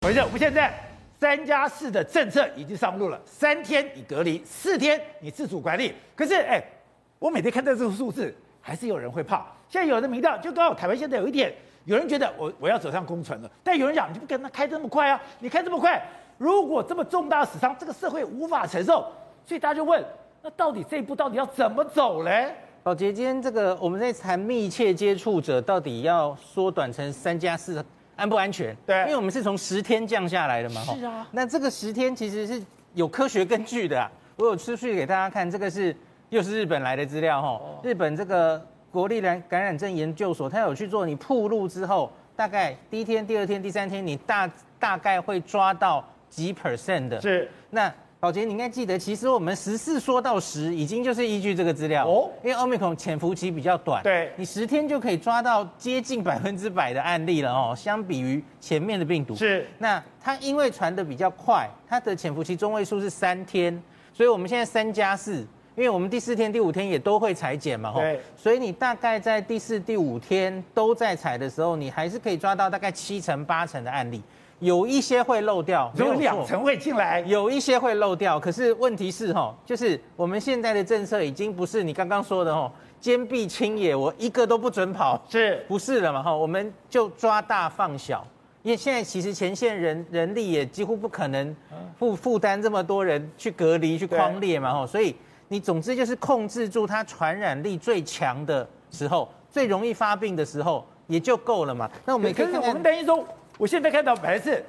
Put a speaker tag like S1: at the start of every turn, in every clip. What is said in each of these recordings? S1: 回正，我们现在三加四的政策已经上路了，三天你隔离，四天你自主管理。可是，哎，我每天看到这个数字，还是有人会怕。现在有的民调就告诉我，台湾现在有一点，有人觉得我我要走上公存了，但有人讲你就不跟他开这么快啊，你开这么快，如果这么重大死伤，这个社会无法承受，所以大家就问，那到底这一步到底要怎么走嘞？
S2: 宝杰，今天这个我们在谈密切接触者到底要缩短成三加四，安不安全？
S1: 对
S2: 因为我们是从十天降下来的嘛。吼
S1: 是啊
S2: 那这个十天其实是有科学根据的、啊，我有出去给大家看，这个是又是日本来的资料哈、
S1: 哦
S2: 吼日本这个国立感感染症研究所，它有去做你铺路之后，大概第一天、第二天、第三天，你大大概会抓到几 percent 的。
S1: 是
S2: 那宝杰，你应该记得，其实我们十四说到十，已经就是依据这个资料
S1: 哦
S2: 哦，因为奥密克戎潜伏期比较短，
S1: 对
S2: 你十天就可以抓到接近百分之百的案例了哦，相比于前面的病毒
S1: 是
S2: 那它因为传的比较快，它的潜伏期中位数是三天，所以我们现在三加四，因为我们第四天、第五天也都会裁剪嘛，吼
S1: 对，
S2: 所以你大概在第四、第五天都在裁的时候，你还是可以抓到大概七成、八成的案例，有一些会漏掉，
S1: 有
S2: 没
S1: 两
S2: 错
S1: 层会进来，
S2: 有一些会漏掉，可是问题是哈，就是我们现在的政策已经不是你刚刚说的哈，坚壁清野，我一个都不准跑，
S1: 是
S2: 不是了嘛哈？我们就抓大放小，因为现在其实前线人人力也几乎不可能负负担这么多人去隔离去框列嘛哈，所以你总之就是控制住它传染力最强的时候，最容易发病的时候也就够了嘛。那我们也
S1: 可
S2: 可以
S1: 是
S2: 看
S1: 我
S2: 看
S1: 们担心说，我现在看到本来是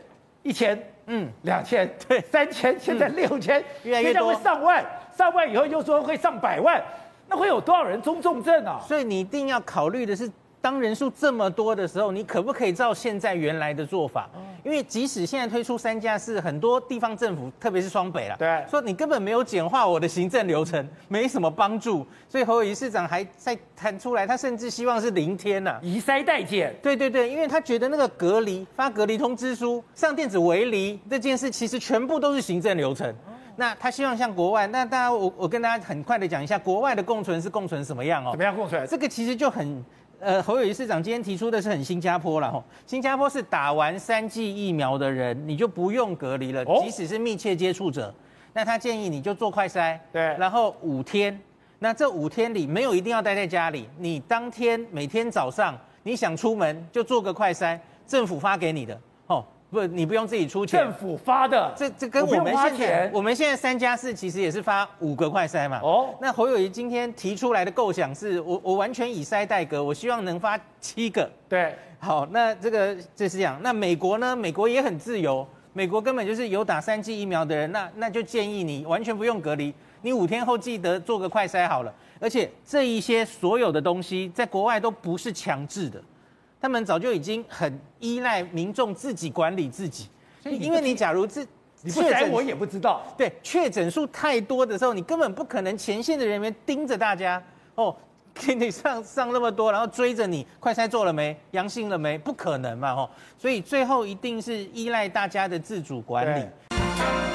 S1: 一千，嗯
S2: 嗯，
S1: 两千，对，三千，现在六千，
S2: 越来越
S1: 现在
S2: 多
S1: 会上万，上万以后又说会上百万，那会有多少人中重症啊？
S2: 所以你一定要考虑的是，当人数这么多的时候，你可不可以照现在原来的做法？因为即使现在推出三加四，很多地方政府，特别是双北啦，
S1: 对
S2: 说你根本没有简化我的行政流程， 没什么帮助。所以侯友宜市长还在谈出来，他甚至希望是零天呐、
S1: 以筛代检，
S2: 对对对，因为他觉得那个隔离发隔离通知书、上电子围篱这件事，其实全部都是行政流程。那他希望像国外，那大家我我跟大家很快的讲一下，国外的共存是共存什么样哦
S1: 怎？么样共存？
S2: 这个其实就很，呃，侯友宜市长今天提出的是很新加坡了吼，新加坡是打完三剂疫苗的人，你就不用隔离了
S1: 哦，
S2: 即使是密切接触者，那他建议你就做快筛，
S1: 对
S2: 然后五天，那这五天里没有一定要待在家里，你当天每天早上你想出门就做个快筛，政府发给你的，哦，不，你不用自己出钱
S1: 政。府发的，
S2: 这这跟
S1: 不
S2: 我
S1: 用
S2: 们
S1: 花
S2: 现在
S1: 钱，
S2: 我们现在三加四其实也是发五个快筛嘛。
S1: 哦
S2: 哦，那侯友谊今天提出来的构想是，我我完全以筛代隔，我希望能发七个。
S1: 对，
S2: 好，那这个这是这样。那美国呢？美国也很自由，美国根本就是有打三剂疫苗的人，那那就建议你完全不用隔离，你五天后记得做个快筛好了。而且这一些所有的东西，在国外都不是强制的，他们早就已经很依赖民众自己管理自己。
S1: 所以你不
S2: 因为你假如自
S1: 你不
S2: 确
S1: 筛
S2: 诊
S1: 我也不知道，
S2: 对，确诊数太多的时候，你根本不可能前线的人员盯着大家哦，给你上上那么多，然后追着你，快筛做了没？阳性了没？不可能嘛，哦，所以最后一定是依赖大家的自主管理
S1: 对。